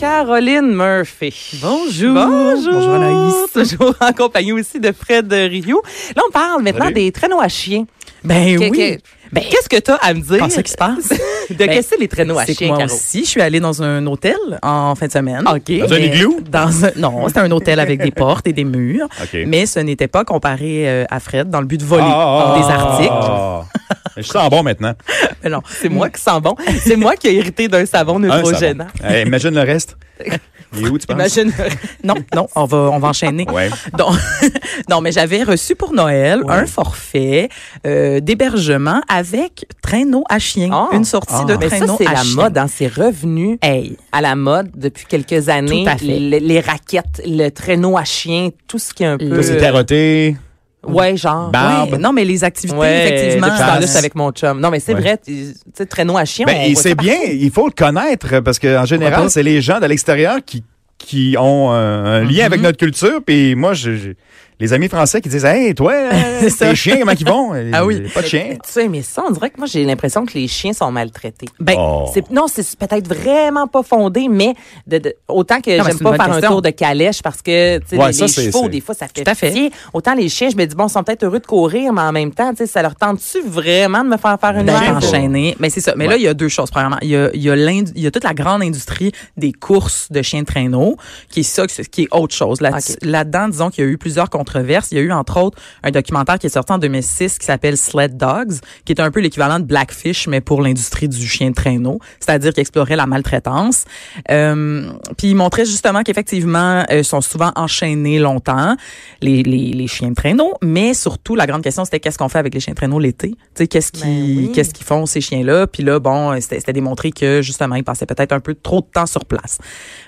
Caroline Murphy. Bonjour. Bonjour. Bonjour, Anaïs. Toujours en compagnie aussi de Fred Rio. Là, on parle maintenant Salut. des traîneaux à chiens. Ben Que- oui. que- ben, qu'est-ce que tu as à me dire? Pensez que se passe. Ben, De qu'est-ce que les traîneaux à C'est que chiens, moi Caro? aussi, je suis allée dans un hôtel en fin de semaine. OK. Dans un Mais igloo? Dans un- non, c'était un hôtel avec des portes et des murs. OK. Mais ce n'était pas comparé euh, à Fred dans le but de voler Ah, des ah, articles. ah. Je sens bon maintenant. Mais Ben non, C'est moi qui sens bon. C'est moi qui ai hérité d'un savon Un, ça va. neutrogénant. Hey, imagine le reste. Il est où, tu penses? Imagine. non, non, on va, on va enchaîner. Ouais. Donc, non, mais j'avais reçu pour Noël Ouais. un forfait euh, d'hébergement avec traîneau à chien. Ah. une sortie Ah. de Mais ça, traîneau c'est à la chien. mode, hein, c'est revenu Hey, à la mode depuis quelques années. Tout à fait. Le- les raquettes, le traîneau à chien, tout ce qui est un peu. Toi, c'est carotté. Ouais, genre. Bah, Barbe. ouais, non, mais les activités, Ah, ben Ouais, effectivement. Depuis ce temps-là, Chasse. je suis avec mon chum. Non, mais c'est Ouais. vrai, tu tu sais, traîneau à chien. on Ben, et voit ça c'est bien, il faut le connaître parce qu'en Pourquoi pas? général, c'est les gens de l'extérieur qui, qui ont euh, un lien Mm-hmm. avec notre culture. Puis moi, je- je- les amis français qui disent Hey, toi, C'est c'est ça. tes chiens, comment ils vont Ah oui. Pas de chien. Tu sais, mais ça, on dirait que moi, j'ai l'impression que les chiens sont maltraités. Ben, Oh. C'est- non, c'est peut-être vraiment pas fondé, mais de- de- autant que Non, mais j'aime c'est une pas bonne faire un question. tour de calèche parce que tu sais, Ouais, les, ça, les c'est- chevaux, c'est- des fois, ça fait, Tout à fait. pitié. Autant les chiens, je me dis, bon, ils sont peut-être heureux de courir, mais en même temps, tu sais, ça leur tente-tu vraiment de me faire faire une Ben, live? d'être Ouais. enchaîné. Mais c'est ça. Mais là, il y a deux choses. Premièrement, il y a, il y, a l'indu- il y a toute la grande industrie des courses de chiens de traîneau, qui est ça, qui est autre chose. Là, Ok. Là-dedans, disons qu'il y a eu plusieurs controverses. Il y a eu, entre autres, un documentaire qui est sorti en 2006 qui s'appelle Sled Dogs, qui est un peu l'équivalent de Blackfish, mais pour l'industrie du chien de traîneau, c'est-à-dire qui explorait la maltraitance. Euh, puis il montrait justement qu'effectivement, euh, sont souvent enchaînés longtemps, les, les, les chiens de traîneau, mais surtout, la grande question, c'était qu'est-ce qu'on fait avec les chiens de traîneau l'été? Tu sais, qu'est-ce qui, Ben oui. qu'est-ce qu'ils font, ces chiens-là? Puis là, bon, c'était c'était démontré que, justement, ils passaient peut-être un peu trop de temps sur place.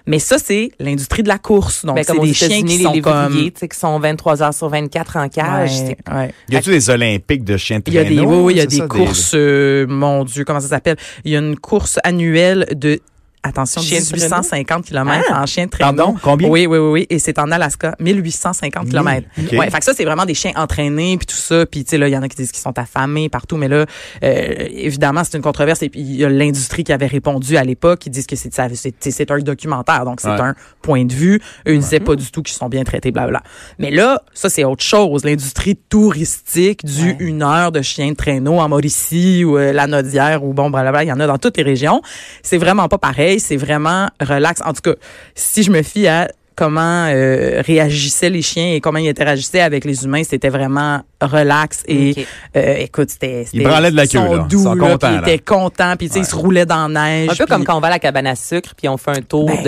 Mais ça, c'est l'industrie de la course. Donc, Ben, c'est comme aux des chiens États-Unis, qui les sont comme... lévriers, tu sais, qui sont 23 heures sur 24 en cage. c'est- Ouais, ouais. Y a-tu des Olympiques de chiens de Il y a des, oui, traîneau? oui, il y a Ben C'est des ça, courses, euh, mon Dieu, comment ça s'appelle? Il y a une course annuelle de, attention, Chien de Ah! 1850 km en chien de traîneau. Pardon, combien Oui, oui, oui, oui. Et c'est en Alaska, 1850 km. Mmh. OK. Ouais, fait que ça, c'est vraiment des chiens entraînés, puis tout ça. Puis, tu sais, là, il y en a qui disent qu'ils sont affamés partout, mais là, euh, évidemment, c'est une controverse. Et puis, il y a l'industrie qui avait répondu à l'époque, qui disent que c'est ça- c'est tu sais, c'est un documentaire, donc c'est Ouais. un point de vue. Eux, ils disaient pas du tout qu'ils sont bien traités, blablabla. Mais là, ça, c'est autre chose. L'industrie touristique du une heure de chien de traîneau en Mauricie ou euh, la Nodière ou bon, blablabla, il y en a dans toutes les régions. C'est vraiment pas pareil. C'est vraiment relax. En tout cas, si je me fie à comment euh, réagissaient les chiens et comment ils interagissaient avec les humains, c'était vraiment relax et Ok. euh, écoute, c'était c'était- branlaient de la queue, ils sont là. doux, Ils sont là, contents, puis là. Ils étaient contents, puis tu sais, ils se roulaient dans la neige. Un peu comme puis- quand on va à la cabane à sucre puis on fait un tour Ben.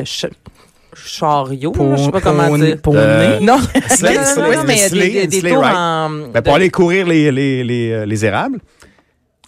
de ch- chariot, pour, je sais pas comment pour- dire. pour Euh, nez. Non, non, Sleigh- non, non, sleigh- non, mais sleigh- des, des, des sleigh tours ride. en... Ben, pour aller courir les, les, les, euh, les érables.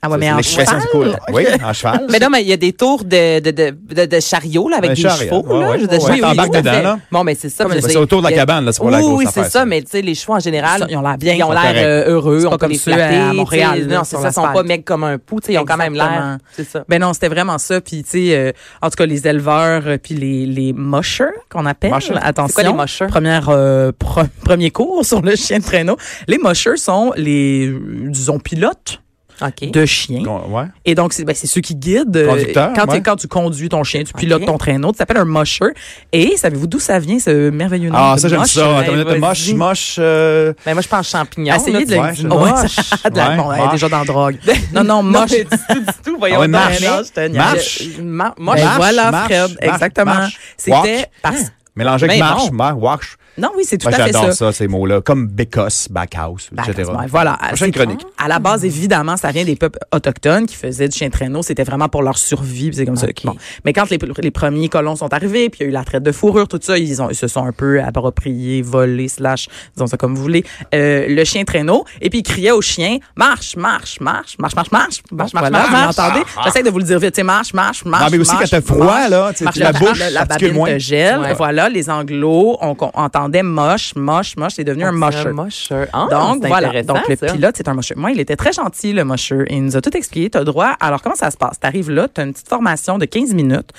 Ah ouais, mais en L'expression, c'est cheval. quoi? Oui, en cheval. Mais non, mais il y a des tours de, de, de, de, de chariot là, avec Un des chevaux. chariot, ouais, là, ouais. je veux dire, Ouais, oui, oui, t'embarques tout à dedans, fait. là. Bon, mais c'est ça. je veux C'est dire, autour de la il y a- cabane, là, c'est pour la oui, grosse oui, affaire, c'est ça, ça. mais tu sais, les chevaux en général, Ils ont l'air bien, Ils ont ils sont l'air euh, heureux, C'est on pas peut comme les ceux à flatter, tu sais, Montréal, là, Non, sur c'est ça, ils sont pas l'asphalte. maigres comme un pou, tu sais, ils ont quand même l'air. Exactement. C'est ça. Ben non, c'était vraiment ça. Puis, tu sais, euh, en tout cas, les éleveurs, euh, puis les, les mushers qu'on appelle. Mushers? Attention. C'est quoi les mushers? Première, euh, pro- premier cours sur le chien de traîneau. Les mushers sont les, euh, disons, pilotes OK. de chiens. Con- ouais. Et donc, c'est ben, c'est ceux qui guident. euh, Conducteur, quand, ouais. tu- quand tu conduis ton chien, tu pilotes Ok. ton traîneau, tu t'appelles un musher. Et savez-vous d'où ça vient, ce merveilleux nom? Ah, de ça, j'aime mush? ça. Attends, Eh, une minute, moche, vas-y. moche. euh, Ben moi, je pense champignons. Essayez de le Ouais, dire. moche. Ouais, ça- de la- Ouais, bon, elle est moche. déjà dans la drogue. Non, non, moche. du tout, du tout, voyons. Ah ouais, donc. marche. Non, je te niaise. Marche. Je- ma- Moi, Moi, Ben, Marche, voilà, marche, Fred, marche, exactement. marche. C'était Ah. Walk. parce Mélanger avec Mais marche, non. ma- wash. Non, oui, c'est tout Moi, à fait j'adore ça. ça. ces mots-là. Comme bécosse, backhouse, Back etc. house, ouais, Bah, voilà. C'est- Prochaine chronique. À la base, évidemment, ça vient des peuples autochtones qui faisaient du chien de traîneau. C'était vraiment pour leur survie. puis C'est comme ça. Ok. Bon. Mais quand les, les premiers colons sont arrivés, puis il y a eu la traite de fourrure, tout ça, ils, ont, ils se sont un peu appropriés, volés, slash, disons ça comme vous voulez, euh, le chien de traîneau. Et puis ils criaient au chien, marche, marche, marche, marche, marche, marche, marche, marche, voilà, marche. marche. Vous l'entendez? J'essaie de vous le dire vite. Tu sais, marche, marche, marche. mais aussi marche, quand t'as froid, marche, là, tu sais, marche, la bouche la, la articule babine moins. te gèle. Ouais. Voilà, les anglos, on, on entendait moche, moche, moche. C'est devenu un moche. mocheur. Ah, Donc c'est voilà, intéressant, donc le ça. pilote c'est un mocheux. Moi, il était très gentil le mocheux et il nous a tout expliqué, tu as droit. Alors comment ça se passe T'arrives là, tu as une petite formation de 15 minutes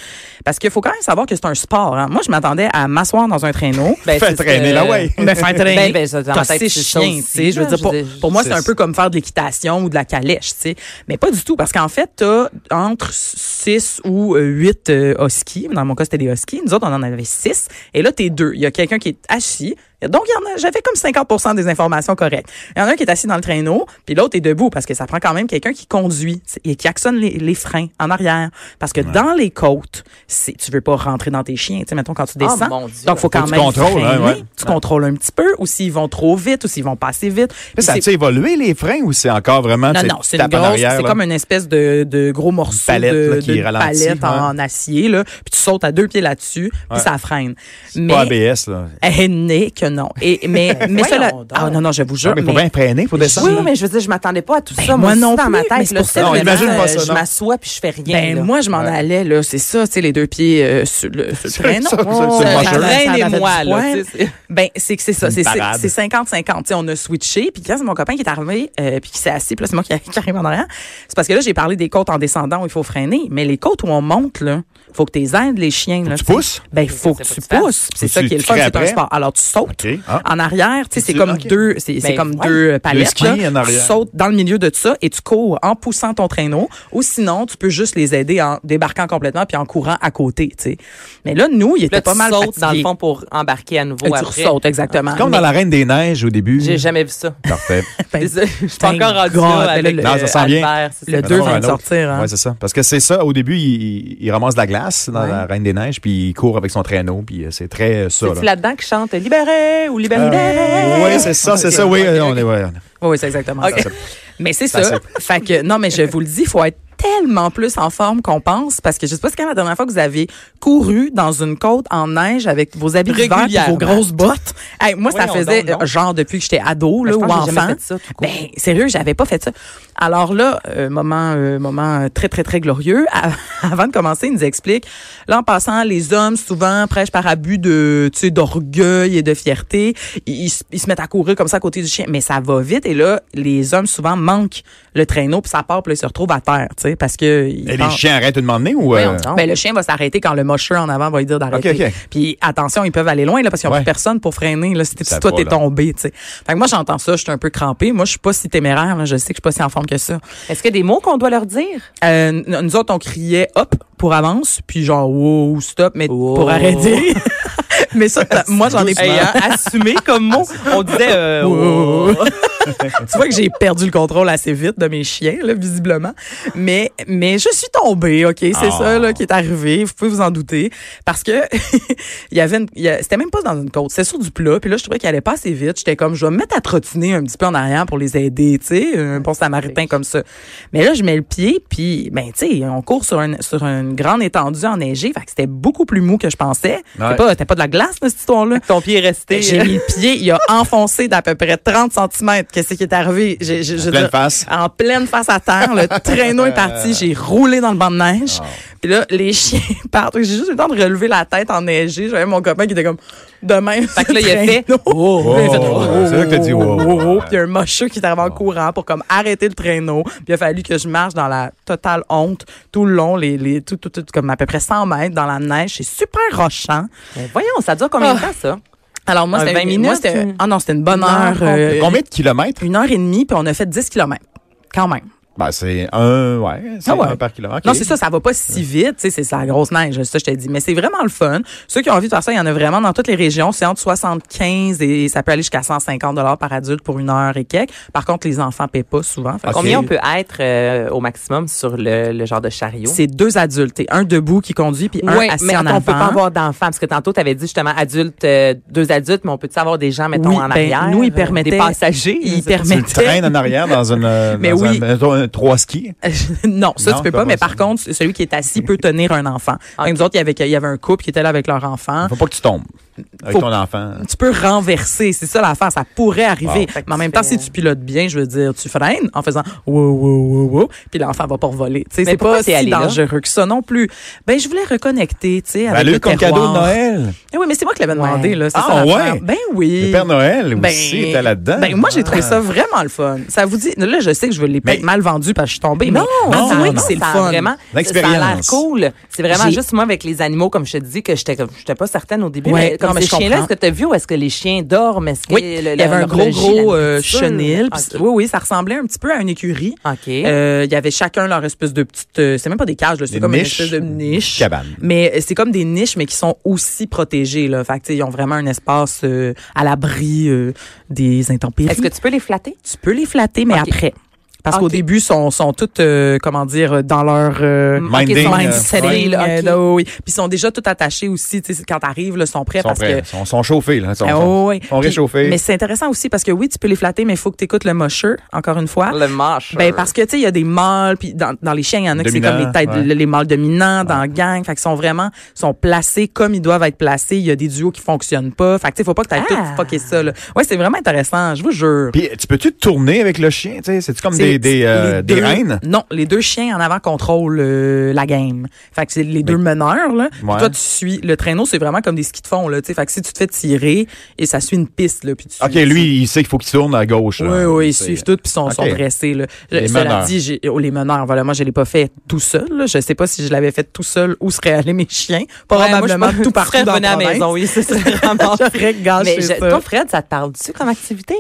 parce qu'il faut quand même savoir que c'est un sport. hein. Moi, je m'attendais à m'asseoir dans un traîneau. Ben, Fais c'est ce traîner que- la way. me faire traîner. Ben, ben, ça, dans ma T'as tête, six c'est ça chiens, aussi, tu sais. Je là, veux dire, je pour, veux dire, pour moi, c'est c'est un ça. peu comme faire de l'équitation ou de la calèche, tu sais. Mais pas du tout, parce qu'en fait, t'as entre 6 ou 8 huskies. Dans mon cas, c'était des huskies. Nous autres, on en avait 6. Et là, t'es deux. Il y a quelqu'un qui est assis. Donc, il y en a- j'avais comme 50 des informations correctes. Il y en a un qui est assis dans le traîneau, puis l'autre est debout, parce que ça prend quand même quelqu'un qui conduit tu sais, et qui actionne les, les freins en arrière. Parce que dans les côtes, c'est- tu veux pas rentrer dans tes chiens, tu sais, mettons, quand tu Oh, descends. mon Dieu. Donc, faut Faut quand que tu même contrôles, hein, freiner. ouais. Tu contrôles un petit peu, ou s'ils vont trop vite, ou s'ils vont passer vite. Puis Ça c'est- a-tu évolué les freins ou Ah, c'est encore vraiment. non, tu sais, non, c'est une tapes en grosse, arrière, c'est là? comme une espèce de, de gros morceau palette, de, là, qui de ralentit, palette ouais. en, en acier, là, puis tu sautes à deux pieds là-dessus, puis ça freine. Mais Pas ABS, là. eh, né que non. Et, mais mais voyons cela, donc. ah non non, je vous jure, Non, mais faut bien freiner, faut descendre. Oui, mais je veux dire, je m'attendais pas à tout ça. Ben, moi aussi, non dans ma plus, mais tête, c'est là, pour ça, c'est non, vraiment, imagine pas euh, ça, Je non. m'assois puis je fais rien. Ben, là. moi, je m'en Ouais. allais, là, c'est ça, tu sais, les deux pieds euh, sur le, sur le Sur- traîneau. sur- sur- sur le mocheur. Traînez-moi, là, Ouais. tu sais, Ben, c'est que c'est ça, Une c'est parade. c'est 50-50. Tu sais, on a switché, puis quand c'est mon copain qui est arrivé, euh, puis qui s'est assis, puis là, c'est moi qui, qui arrive en arrière, c'est parce que là, j'ai parlé des côtes en descendant où il faut freiner, mais les côtes où on monte, là, faut que tu aides les chiens. là, tu sais. pousses? Ben, faut que Faut tu que tu fasses. pousses. C'est Faut ça que qui est le tu fun, crées c'est un après. sport. Alors, tu sautes OK. Ah. en arrière, tu sais, c'est Tu- comme ok. deux, c'est c'est Ben, comme ouais. deux euh, palettes. ski là. en arrière. Tu sautes dans le milieu de ça et tu cours en poussant ton traîneau. Ou sinon, tu peux juste les aider en débarquant complètement puis en courant à côté, tu sais. Mais là, nous, il était Là, pas tu mal sautes dans le fatigués. fond pour embarquer à nouveau Là, tu après. sautes exactement. Comme dans la Reine des Neiges au début. J'ai jamais vu ça. Parfait. Ben, Je suis thank encore rendu God. là avec Ben là, le- euh, Non, ça sent bien. Albert, c'est Le ça. deux Non, vient de un autre. sortir, hein. Ouais, c'est ça. Parce que c'est ça. Au début, il, il- il ramasse de la glace dans la Reine des Neiges, puis il court avec son traîneau, puis euh, c'est très euh, ça. C'est-tu là. là-dedans qui chante Libéré ou Libéré? Euh. oui, c'est ça, c'est Ok, ça. Oui, ok, euh, ok. on est. ouais, on est- Oui, oui, c'est exactement Ok. ça. Mais c'est Ça, ça. Fait que, non, mais je vous le dis, il faut être tellement plus en forme qu'on pense parce que je sais pas si quand la dernière fois que vous avez couru dans une côte en neige avec vos habits d'hiver puis vos Régulièrement. grosses bottes. Hey, moi, ça Voyons faisait donc, non. euh, genre depuis que j'étais ado Ben, là, je ou pense que j'ai jamais enfant. fait ça, tout court. ben, sérieux, j'avais pas fait ça. Alors là, euh, moment, euh, moment euh, très, très, très glorieux. À- Avant de commencer, il nous explique, là, en passant, les hommes, souvent, prêchent par abus de, tu sais, d'orgueil et de fierté. Ils, ils se- ils se mettent à courir comme ça à côté du chien, mais ça va vite. Et là, les hommes, souvent, manquent le traîneau, puis ça part, puis là, ils se retrouvent à terre, tu sais, parce que... ils Et les pensent- chiens arrêtent de demander ou. euh, Voyons donc. ben, le chien va s'arrêter quand le mocheur en avant va lui dire d'arrêter. Ok, ok. Puis attention, ils peuvent aller loin là, parce qu'ils n'ont Ouais. plus personne pour freiner. Là, si t'es- Ça si toi, va, t'es là. tombé. tu sais. Fait que moi, j'entends ça, je suis un peu crampée. Moi, je suis pas si téméraire. là, Je sais que je suis pas si en forme que ça. Est-ce qu'il y a des mots qu'on doit leur dire? Euh, n- nous autres, on criait hop pour avance, puis genre wow, stop, mais Wow. pour arrêter. mais ça, t'as- moi, j'en ai pas. Hey, hein, assumé comme mot, on disait euh, Wow. wow. tu vois que j'ai perdu le contrôle assez vite de mes chiens, là, visiblement. Mais, mais je suis tombée, OK? C'est Ah. ça, là, qui est arrivé. Vous pouvez vous en douter. Parce que, il y avait une, il y a- c'était même pas dans une côte. C'était sur du plat. Puis là, je trouvais qu'il allait pas assez vite. J'étais comme, je vais me mettre à trottiner un petit peu en arrière pour les aider, tu sais, un bon samaritain comme ça. Mais là, je mets le pied, puis, ben, tu sais, on court sur, un, sur une grande étendue enneigée. Fait que c'était beaucoup plus mou que je pensais. C'était Ouais. pas, c'était pas de la glace, là, cette histoire-là. Ben, Ton pied est resté. J'ai mis le pied, il a enfoncé d'à peu près 30 cm. Qu'est-ce qui est arrivé? J'ai- j'ai- je veux pleine dire, face. En pleine face à terre. Le traîneau est parti. J'ai roulé dans le banc de Ah. neige. Puis là, les chiens partent. J'ai juste eu le temps de relever la tête enneigée. J'avais mon copain qui était comme, demain. Fait que là, il a fait, Oh, oh, c'est là que t'as dit, oh, oh, oh. Puis il y a un mocheux qui est arrivé en courant pour comme arrêter le traîneau. Puis il a fallu que je marche dans la totale honte tout le long, les, les, tout, tout, tout, comme à peu près 100 mètres dans la neige. C'est super rochant. Mais Ben, voyons, ça dure combien de Ah. temps, ça? Alors moi, Un c'était 20 une- moi, minutes, c'était- ou- Ah non, c'était une bonne Une heure heure. euh, Combien de kilomètres? une heure et demie, puis on a fait 10 kilomètres. Quand même. Ben, c'est un, ouais, c'est Ah ouais. un par kilomètre. Non, c'est ça, ça va pas si vite, tu sais, c'est la grosse neige, ça je te dis. Mais c'est vraiment le fun. Ceux qui ont envie de faire ça, il y en a vraiment dans toutes les régions. C'est entre 75 et ça peut aller jusqu'à 150 dollars par adulte pour une heure et quelques. Par contre, les enfants paient pas souvent. Fait que Ok. Combien on peut être euh, au maximum sur le, le genre de chariot? C'est deux adultes, t'es un debout qui conduit puis un Oui, assis mais en attends, avant. on peut pas avoir d'enfants parce que tantôt tu avais dit justement adultes, euh, deux adultes, mais on peut avoir des gens mettons Oui, en ben, arrière. nous, ils euh, permettaient- des passagers. Ils je sais pas. Tu le permettaient traînes en arrière dans une, euh, Mais dans oui. un- mettons, un trois skis. non, ça, Non, tu peux pas pas, mais ça. par contre, celui qui est assis peut tenir un enfant. Ok. Nous autres, il y, avait, il y avait un couple qui était là avec leur enfant. Faut pas que tu tombes avec Hein? Faut- ton enfant. Tu peux renverser, c'est ça l'affaire, ça pourrait arriver. Fait que Mais en tu même temps, fais- si tu pilotes bien, je veux dire, tu freines en faisant wow, wow, wow, wow, puis l'enfant va pas voler. Tu sais, Mais c'est pourquoi pas t'es si allée là? dangereux que ça non plus. Ben, je voulais reconnecter, tu sais, avec Ben, le lui, comme terroir. cadeau de Noël. Eh oui, mais c'est moi qui l'avais demandé, Ouais. là. c'est Ah, ça, l'affaire. ouais? Ben oui. Le Père Noël Ben, aussi était là-dedans. Ben, moi, j'ai trouvé Ah. ça vraiment le fun. Ça vous dit, là, je sais que je l'ai Mais- peut-être mal vendu parce que je suis tombée, Non, mais non, avouez non, que c'est le ça a fun. Vraiment, ça ça a l'air L'expérience. cool. C'est vraiment J'ai- juste moi avec les animaux, comme je te dis, que j'étais comme- j'étais pas certaine au début. Ouais, mais comme non, mais ces je chiens-là, est-ce comprends. que tu as vu ou est-ce que les chiens dorment? Est-ce que Oui, le- il le- y avait un gros, l'horloger, gros la euh, nourriture? chenil. puis Ok. c'est- Oui, oui, ça ressemblait un petit peu à une écurie. OK. Euh, Il y avait chacun leur espèce de petite... euh, c'est même pas des cages, là, c'est Des comme niches, une espèce de niche. cabane. Mais euh, c'est comme des niches, mais qui sont aussi protégées. Là. Fait que, tu sais, ils ont vraiment un espace euh, à l'abri euh, des intempéries. Est-ce que tu peux les flatter? tu peux les flatter, mais Ok. après? Parce qu'au Ok. début, sont sont toutes, euh, comment dire, dans leur... euh, Mm, Minding, ok, son- euh, mindsetting, ouais. euh, Ok. là, oui. Puis ils sont déjà tout attachés aussi. tu sais, Quand t'arrives, là, ils sont prêts Ils sont parce prêts. que Ils sont, sont chauffés, là. Ils sont, Ah, sont- ouais. sont Puis- réchauffés. Mais c'est intéressant aussi parce que oui, tu peux les flatter, mais il faut que tu écoutes le mosher, encore une fois. Le mâche. Ben parce que tu sais il y a des mâles puis dans, dans les chiens il y en a qui c'est comme Dominants, les têtes ouais. les mâles dominants dans la gang fait qu'ils sont vraiment sont placés comme ils doivent être placés il y a des duos qui fonctionnent pas fait que tu sais faut pas que tu tout Ah. fucker ça là. Ouais, c'est vraiment intéressant, je vous jure. Puis, tu peux-tu te tourner avec le chien? Tu sais, C'est-tu comme C'est- des, des, euh, les des deux- reines? Non, les deux chiens en avant contrôlent euh, la game. Fait que c'est les deux meneurs là. Puis Ouais. toi tu suis le traîneau, c'est vraiment comme des skis de fond là, tu sais. Fait que si tu te fais tirer et ça suit une piste là puis tu OK, lui, il sait qu'il faut qu'il tourne à gauche. Oui, là. oui, ils C'est- suivent tout puis sont, sont OK. dressés. Là. Je- Les cela meneurs. dit, j'ai, oh, les meneurs, voilà, moi, je l'ai pas fait tout seul. Là. Je sais pas si je l'avais fait tout seul où seraient allés mes chiens. Probablement tout partout dans à la la maison. Oui, c'est vraiment. J'aurais gâché Mais je- ça. toi, Fred, ça te parle-tu comme activité?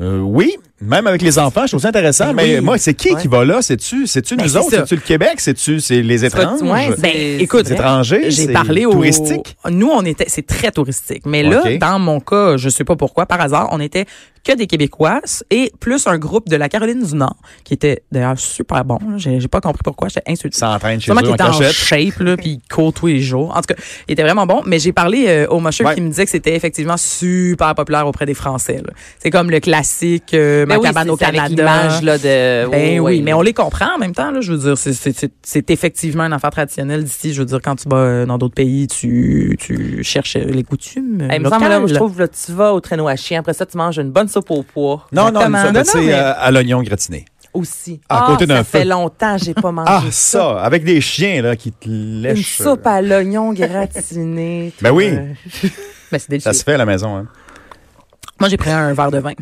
Euh, oui, même avec les enfants, je trouve ça intéressant. Ben Mais, oui. moi, c'est qui Ouais. qui va là? C'est-tu c'est-tu Ben, nous c'est autres? ça. C'est-tu le Québec? C'est-tu c'est les étranges? ouais, Ben, C'est- écoute, c'est étranger, j'ai c'est parlé au touristique. Nous, on était, c'est très touristique. Mais là, OK. dans mon cas, je sais pas pourquoi, par hasard, on était que des Québécoises et plus un groupe de la Caroline du Nord qui était d'ailleurs super bon. là. J'ai, j'ai pas compris pourquoi, j'étais insultée. Ils s'entraînent chez eux Sûrement qu'il en était en cachette. shape, là, puis il court tous les jours. En tout cas, il était vraiment bon. Mais j'ai parlé euh, au musher Ouais. qui me disait que c'était effectivement super populaire auprès des Français. là. C'est comme le classique euh, ma Ben oui, cabane c'est- au c'est Canada. Avec l'image, là, de. Ben Oh, oui, ouais. mais on les comprend en même temps. Là, je veux dire, c'est- c'est c'est- c'est effectivement un affaire traditionnelle d'ici. Je veux dire, quand tu vas euh, dans d'autres pays, tu, tu cherches euh, les coutumes euh, Eh, il me semble, locales. là, je trouve, là, tu vas au traîneau à chien. Après ça, tu manges une bonne soupe au poids. Non, non, Exactement. une Non, soupe, non, c'est mais- euh, à l'oignon gratiné. Aussi. À côté Ah, d'un Ça feu. fait longtemps, j'ai pas mangé. Ah, ça, avec des chiens là qui te Une lèchent. soupe à l'oignon gratiné. Ben oui. Euh, Ben, c'est Ça délicieux. se fait à la maison. Hein. Moi, j'ai pris un verre de vin.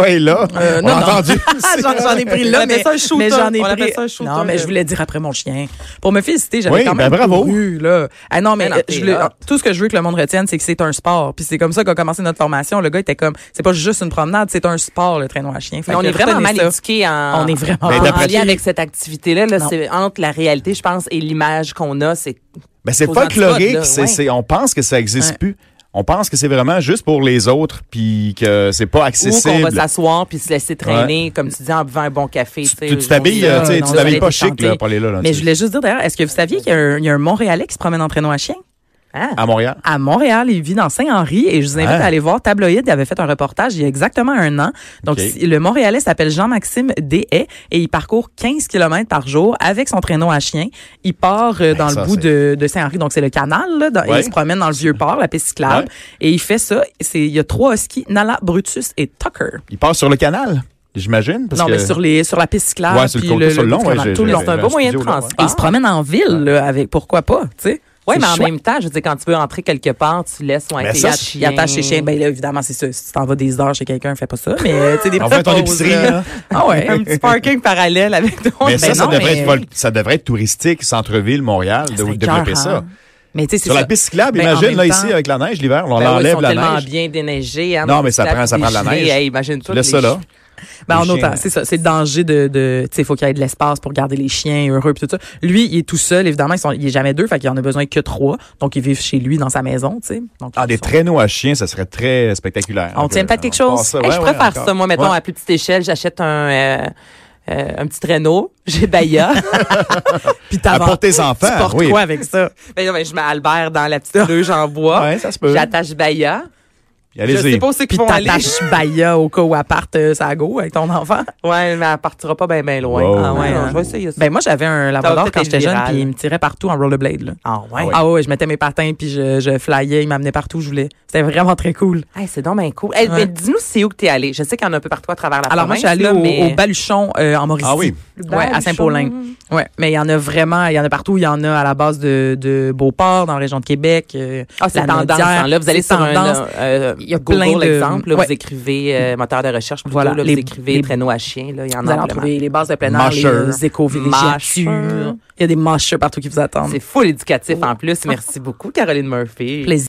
oui, là, Euh, on non, a non. entendu. j'en, j'en ai pris On là, appelle mais, ça un shooter. mais j'en ai On appelle pris. ça un shooter. non, mais je voulais dire après mon chien. Pour me féliciter, j'avais Oui, quand ben même bravo. couru, là. Ah non, mais Ben non, euh, t'es je voulais- hot. tout ce que je veux que le monde retienne, c'est que c'est un sport. Puis c'est comme ça qu'a commencé notre formation. Le gars était comme, c'est pas juste une promenade, c'est un sport, le traîneau à chien. Fait Mais on que est vraiment retenez mal ça. éduqués en, On est vraiment en- Ben, en d'après- lien avec cette activité-là. Là, Non. c'est entre la réalité, je pense, et l'image qu'on a. C'est Ben, c'est Aux folklorique. antipodes, là, c'est- ouais. c'est- on pense que ça n'existe Ouais. plus. On pense que c'est vraiment juste pour les autres, puis que c'est pas où qu'on va accessible. s'asseoir puis se laisser traîner, comme tu dis, en buvant un bon café. Tu- tu sais, tu- je- tu t'habilles, on- euh, tu sais, non, tu non, t'habilles j'allais pas te chic là, chanter. pour aller là. là, Mais tu- je voulais juste dire d'ailleurs, est-ce que vous saviez qu'il y a un, il y a un Montréalais qui se promène en traîneau à chien? Ah. À Montréal. À Montréal, il vit dans Saint-Henri et je vous invite Ouais. à aller voir Tabloïd. Il avait fait un reportage il y a exactement un an. Donc, Ok. si- le Montréalais s'appelle Jean-Maxime Deshaies et il parcourt 15 km par jour avec son traîneau à chien. Il part euh, dans Ben, ça, le bout de, de Saint-Henri, donc c'est le canal. Là, dans- et Ouais. Il se promène dans le vieux port, la piste cyclable. Ouais. Et il fait ça. C'est- Il y a trois skis, Nala, Brutus et Tucker. Il passe sur le canal, j'imagine. parce non, que- mais sur, les, sur la piste cyclable. Ouais, sur le puis côté, sur le long, bout de ouais, canal, j'ai- tout le j'ai- long. C'est un j'ai beau moyen de studio, là, ouais. transport. Et il se promène en ville là, avec pourquoi pas, tu sais. Oui, C'est mais en chouette. même temps, je veux dire, quand tu veux entrer quelque part, tu laisses ou un Mais thé ça, à c'est- chien. Il attache ses chiens. Ben là, évidemment, c'est ça. Si tu t'en vas des heures chez quelqu'un, fais pas ça. Mais euh, tu sais, des On va à petites ton pauses, épicerie. là. là. Ah ouais. un petit parking parallèle avec ton Mais Ben ça, ça, non, devrait mais- être, vol- ça devrait être touristique, centre-ville, Montréal, de serait développer écœurant. ça. hein. Mais tu sais, c'est Sur la ça. piste cyclable, Ben, en imagine, même là, temps- ici, avec la neige, l'hiver, on Ben oui, ils enlève sont la tellement neige. bien déneigés. Hein, Non, dans mais les ça sacs prend- ça prend de la dégelés. neige. Hey, Imagine-toi. Tu laisses les ça là. ch- Ben, en Les autant, chiens, c'est ça. C'est le danger de, de tu sais, faut qu'il y ait de l'espace pour garder les chiens heureux pis tout ça. Lui, il est tout seul, évidemment. Ils sont, il est jamais deux, fait qu'il en a besoin que trois. Donc, ils vivent chez lui, dans sa maison, tu sais. Donc, Ah, ils des sont- traîneaux à chiens, ça serait très spectaculaire. On Donc, tient euh, peut-être quelque on chose. passe ça. Hey, Ouais, je ouais, préfère encore. ça, moi, mettons, Ouais. à plus petite échelle, j'achète un, euh, euh, un petit traîneau. J'ai Baya. Puis t'as Ah, pour tes enfants, Tu portes oui. quoi avec ça? Ben non, ben, je mets Albert dans la Ah. petite rue, j'en bois. Ouais, ça se peut. J'attache Baya. Je Allez-y. sais pas où c'est Puis qu'ils vont aller. t'attaches Baya au cas où elle parte, euh, ça go avec ton enfant? Ouais, mais elle partira pas bien ben loin. Wow. Ah ouais, Ouais. non, je vais essayer ça. Ben moi j'avais un labrador peut-être quand j'étais être jeune viral. puis il me tirait partout en rollerblade là. ah Ah ouais. ouais. Ah ouais, je mettais mes patins puis je, je flyais, il m'amenait partout où je voulais. C'était vraiment très cool. Hey, c'est donc bien cool. Hey, Ouais. mais Dis-nous, c'est où que t'es allé? Je sais qu'il y en a un peu partout à travers la Alors moi province. je suis là, allée au, mais- au Baluchon euh, en Mauricie. Ah oui. Ouais, à Saint-Paulin. Ouais, mais il y en a vraiment, il y en a partout, il y en a à la base de, de Beauport dans la région de Québec. euh, Ah, c'est la tendance. Naudière. hein, Là, vous allez C'est sur tendance. un euh, Il y a Google, plein de- exemple. là, ouais. Vous écrivez euh, moteur de recherche plutôt. Voilà, là, vous les- écrivez les- traîneau à chien. Là, il y en Vous allez a en plein. trouver les bases de plein air, les euh, Mâcheurs. éco-villégiatures. Mâcheurs. Il y a des mâcheurs partout qui vous attendent. C'est full éducatif en plus. Merci beaucoup, Caroline Murphy. Plaisir.